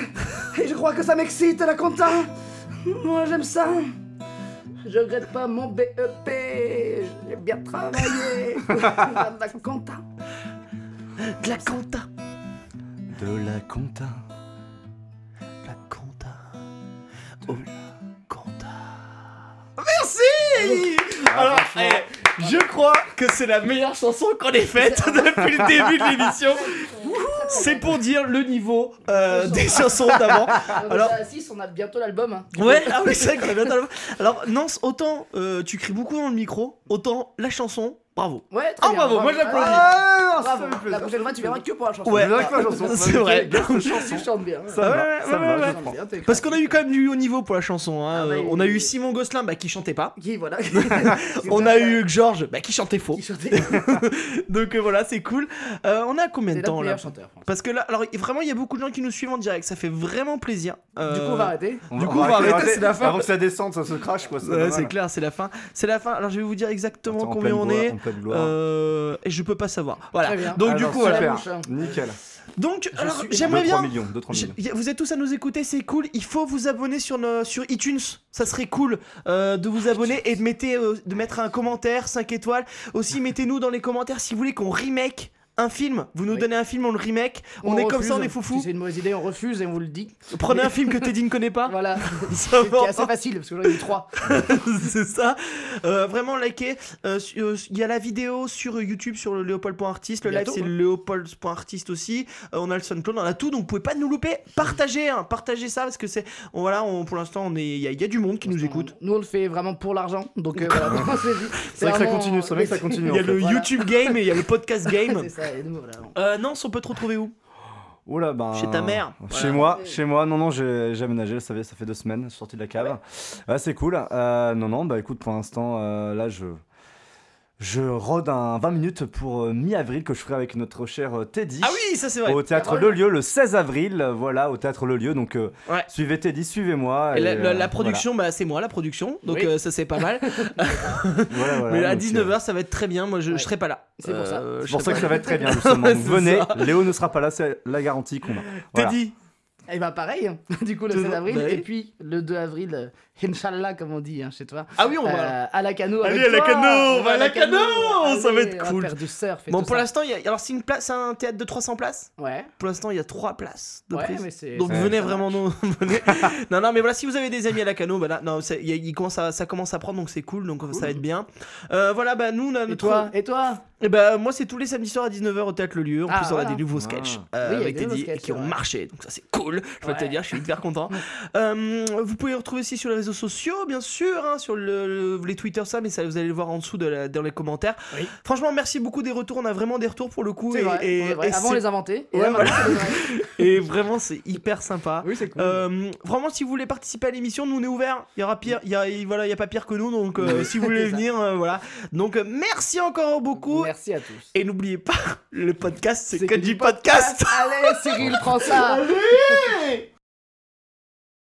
Speaker 2: Et je crois que ça m'excite, la compta. Moi, j'aime ça. Je regrette pas mon BEP. J'ai bien travaillé. La compta.
Speaker 1: De la compta.
Speaker 3: De la compta.
Speaker 1: La compta. Oh la compta.
Speaker 2: Allez.
Speaker 1: Merci Alors, eh, je crois que c'est la meilleure chanson qu'on ait faite depuis le début de l'émission. C'est pour dire le niveau euh, des chansons d'avant. Alors-
Speaker 2: Alors, à 6, bah, on a bientôt l'album. hein.
Speaker 1: Ouais, ah oui, c'est vrai qu'on est bien dans le- Alors, Nance, autant euh, tu cries beaucoup dans le micro, autant la chanson, bravo.
Speaker 2: Ouais,
Speaker 1: Ah,
Speaker 2: très bien.
Speaker 1: bravo, moi, j'applaudis.
Speaker 2: Ah,
Speaker 3: Ah, non, ça
Speaker 2: bravo.
Speaker 3: fait plaisir.
Speaker 2: La prochaine fois, tu verras que pour la chanson.
Speaker 1: Ouais,
Speaker 3: Je viens avec la chanson.
Speaker 1: c'est vrai.
Speaker 2: Tu chantes bien.
Speaker 3: Ça
Speaker 1: Ouais,
Speaker 3: va,
Speaker 1: ouais,
Speaker 3: ça va,
Speaker 1: ouais,
Speaker 3: je
Speaker 1: ouais.
Speaker 3: prends.
Speaker 1: Parce qu'on a eu quand même du haut niveau pour la chanson. hein.
Speaker 2: Ah, bah,
Speaker 1: Euh,
Speaker 2: il-
Speaker 1: on a eu Simon Gosselin bah, qui chantait pas.
Speaker 2: Qui, voilà.
Speaker 1: On a eu Georges bah, qui chantait faux.
Speaker 2: Qui chantait.
Speaker 1: Donc euh, voilà, c'est cool. Euh, on a combien de
Speaker 2: C'est
Speaker 1: temps
Speaker 2: notre
Speaker 1: là
Speaker 2: meilleur chanteur. franchement.
Speaker 1: Parce que là, alors vraiment, il y a beaucoup de gens qui nous suivent en direct. Ça fait vraiment plaisir.
Speaker 2: Du
Speaker 1: Euh,
Speaker 2: coup, on va arrêter.
Speaker 1: Du coup, on va arrêter, c'est la fin.
Speaker 3: Avant que ça descende, ça se crache quoi.
Speaker 1: ouais, c'est clair, c'est la fin. C'est la fin. Alors je vais vous dire exactement combien on est. Euh, et je peux pas savoir. Voilà.
Speaker 2: Très bien.
Speaker 1: Donc du
Speaker 3: Alors,
Speaker 1: coup,
Speaker 2: c'est
Speaker 1: voilà.
Speaker 2: la
Speaker 3: super.
Speaker 2: bouche, hein.
Speaker 3: Nickel.
Speaker 1: Donc
Speaker 3: Je
Speaker 1: alors
Speaker 3: suis-
Speaker 1: j'aimerais
Speaker 3: Deux, trois
Speaker 1: bien.
Speaker 3: millions, deux, trois
Speaker 1: Je-
Speaker 3: millions.
Speaker 1: y a- vous êtes tous à nous écouter, c'est cool. Il faut vous abonner sur, nos- sur iTunes. Ça serait cool euh, de vous abonner et de, mettez, euh, de mettre un commentaire 5 étoiles. Aussi, mettez-nous dans les commentaires si vous voulez qu'on remake un film. Vous nous
Speaker 2: Oui.
Speaker 1: donnez un film, on le remake. On, est comme
Speaker 2: refuse.
Speaker 1: ça, on est
Speaker 2: Si
Speaker 1: foufou.
Speaker 2: c'est une mauvaise idée, on refuse et on vous le dit.
Speaker 1: Prenez un film que Teddy ne connaît pas.
Speaker 2: Voilà.
Speaker 1: Ça
Speaker 2: C'est
Speaker 1: va.
Speaker 2: assez facile parce que j'en ai eu 3.
Speaker 1: c'est ça. Euh, vraiment liker. Euh, su- euh, Il y a la vidéo sur YouTube sur le léopold.artiste. Le live
Speaker 2: Bientôt,
Speaker 1: c'est
Speaker 2: hein.
Speaker 1: léopold.artiste aussi. Euh, on a le SoundCloud, on a tout. Donc vous pouvez pas nous louper. Partagez, hein, partagez ça parce que c'est. on- Voilà, on, pour l'instant, on est- il y, a- il y a du monde qui nous écoute.
Speaker 2: Nous, on le fait vraiment pour l'argent. Donc euh, voilà, on se le dit. euh,
Speaker 3: C'est vrai que ça continue, c'est vrai que ça continue.
Speaker 1: Il y a
Speaker 3: en fait.
Speaker 1: le
Speaker 2: Voilà.
Speaker 1: YouTube game et il y a le podcast game.
Speaker 2: C'est ça. Ouais, nous, voilà. on-
Speaker 1: Euh, Nance, on peut te retrouver où
Speaker 3: Oula, ben,
Speaker 1: Chez ta mère.
Speaker 3: Chez
Speaker 1: Voilà.
Speaker 3: moi, chez moi. Non, non, j'ai j'ai aménagé, ça fait, ça fait deux semaines, je suis sorti de la cave. Ouais, c'est cool. Euh, non, non, bah écoute, pour l'instant, euh, là, je. Je rôde un 20 minutes pour euh, mi-avril que je ferai avec notre cher euh, Teddy.
Speaker 1: Ah oui, ça c'est vrai.
Speaker 3: Au théâtre Le Lieu le 16 avril, euh, voilà, au théâtre Le Lieu. Donc euh,
Speaker 1: Ouais.
Speaker 3: suivez Teddy, suivez-moi.
Speaker 1: Et la,
Speaker 3: et,
Speaker 1: la-
Speaker 3: euh,
Speaker 1: la production, bah, c'est moi la production, donc
Speaker 2: Oui.
Speaker 1: euh, ça c'est pas mal.
Speaker 3: voilà. Voilà, voilà,
Speaker 1: Mais à
Speaker 3: donc, euh,
Speaker 1: 19h, ça va être très bien. Moi, je, je
Speaker 2: Ouais.
Speaker 1: serai pas là.
Speaker 2: C'est pour ça.
Speaker 1: Euh, je
Speaker 3: C'est pour
Speaker 1: serai
Speaker 3: ça que ça
Speaker 1: pas
Speaker 3: va être très bien, justement.
Speaker 1: Ouais,
Speaker 3: Donc,
Speaker 1: c'est
Speaker 3: venez,
Speaker 1: ça.
Speaker 3: Léo ne sera pas là, c'est la garantie qu'on a.
Speaker 1: là.
Speaker 3: Voilà.
Speaker 1: Teddy,
Speaker 2: Eh ben pareil, hein. du coup le
Speaker 1: Tout
Speaker 2: 16
Speaker 1: le-
Speaker 2: avril,
Speaker 1: bah oui.
Speaker 2: et puis le 2 avril, euh, Inch'Allah comme on dit hein, chez toi.
Speaker 1: Ah oui, on va.
Speaker 2: Euh, à la cano avec
Speaker 1: Allez, à la
Speaker 2: toi.
Speaker 1: cano, on va à la
Speaker 2: cano,
Speaker 1: cano, ça va
Speaker 2: allez,
Speaker 1: être
Speaker 2: on
Speaker 1: cool.
Speaker 2: faire du surf et
Speaker 1: Bon,
Speaker 2: tout
Speaker 1: pour
Speaker 2: ça.
Speaker 1: l'instant, il y a... alors c'est une place, c'est un théâtre de 300 places.
Speaker 2: Ouais,
Speaker 1: Pour l'instant, il y a 3 places de
Speaker 2: ouais,
Speaker 1: prise.
Speaker 2: mais c'est.
Speaker 1: Donc
Speaker 2: ça-
Speaker 1: venez
Speaker 2: ça
Speaker 1: vraiment
Speaker 2: marche.
Speaker 1: nous. venez. non non mais voilà si vous avez des amis à la cano bah là non c'est- il y a- il commence à- ça commence à prendre donc c'est cool donc ça va être bien. Euh, voilà bah nous on a
Speaker 2: Et
Speaker 1: notre
Speaker 2: toi, et toi
Speaker 1: Eh ben, moi, c'est tous les samedis soirs à 19h au théâtre Le Lieu. En
Speaker 2: Ah,
Speaker 1: plus, on a
Speaker 2: voilà. Ah.
Speaker 1: des nouveaux sketchs euh,
Speaker 2: Oui, il y a
Speaker 1: avec
Speaker 2: des nouveaux
Speaker 1: Teddy
Speaker 2: sketchs,
Speaker 1: qui ont
Speaker 2: ouais.
Speaker 1: marché. Donc, ça, c'est cool. Je peux te
Speaker 2: Ouais.
Speaker 1: dire, je suis hyper content. Euh, vous pouvez retrouver aussi sur les réseaux sociaux, bien sûr, hein, sur le, le- les Twitter, ça, mais ça, vous allez le voir en dessous de la- dans les commentaires.
Speaker 2: Oui.
Speaker 1: Franchement, merci beaucoup des retours. On a vraiment des retours pour le coup.
Speaker 2: C'est
Speaker 1: Et,
Speaker 2: vrai,
Speaker 1: et-
Speaker 2: on est vrai.
Speaker 1: et
Speaker 2: Avant on
Speaker 1: c'est-
Speaker 2: les inventait. et
Speaker 1: Ouais,
Speaker 2: là,
Speaker 1: voilà.
Speaker 2: maintenant, c'est vrai.
Speaker 1: et vraiment, c'est hyper sympa.
Speaker 2: Oui, c'est cool.
Speaker 1: Euh, vraiment, si vous voulez participer à l'émission, nous on est ouvert. Il y aura pire, il y a, il- voilà, il y a pas pire que nous. Donc, euh, si vous voulez
Speaker 2: C'est ça.
Speaker 1: venir, euh, voilà. Donc, euh, merci encore beaucoup.
Speaker 2: Merci à tous.
Speaker 1: Et n'oubliez pas, le podcast, c'est que, du podcast.
Speaker 2: Allez, Cyril, prends ça.
Speaker 1: Allez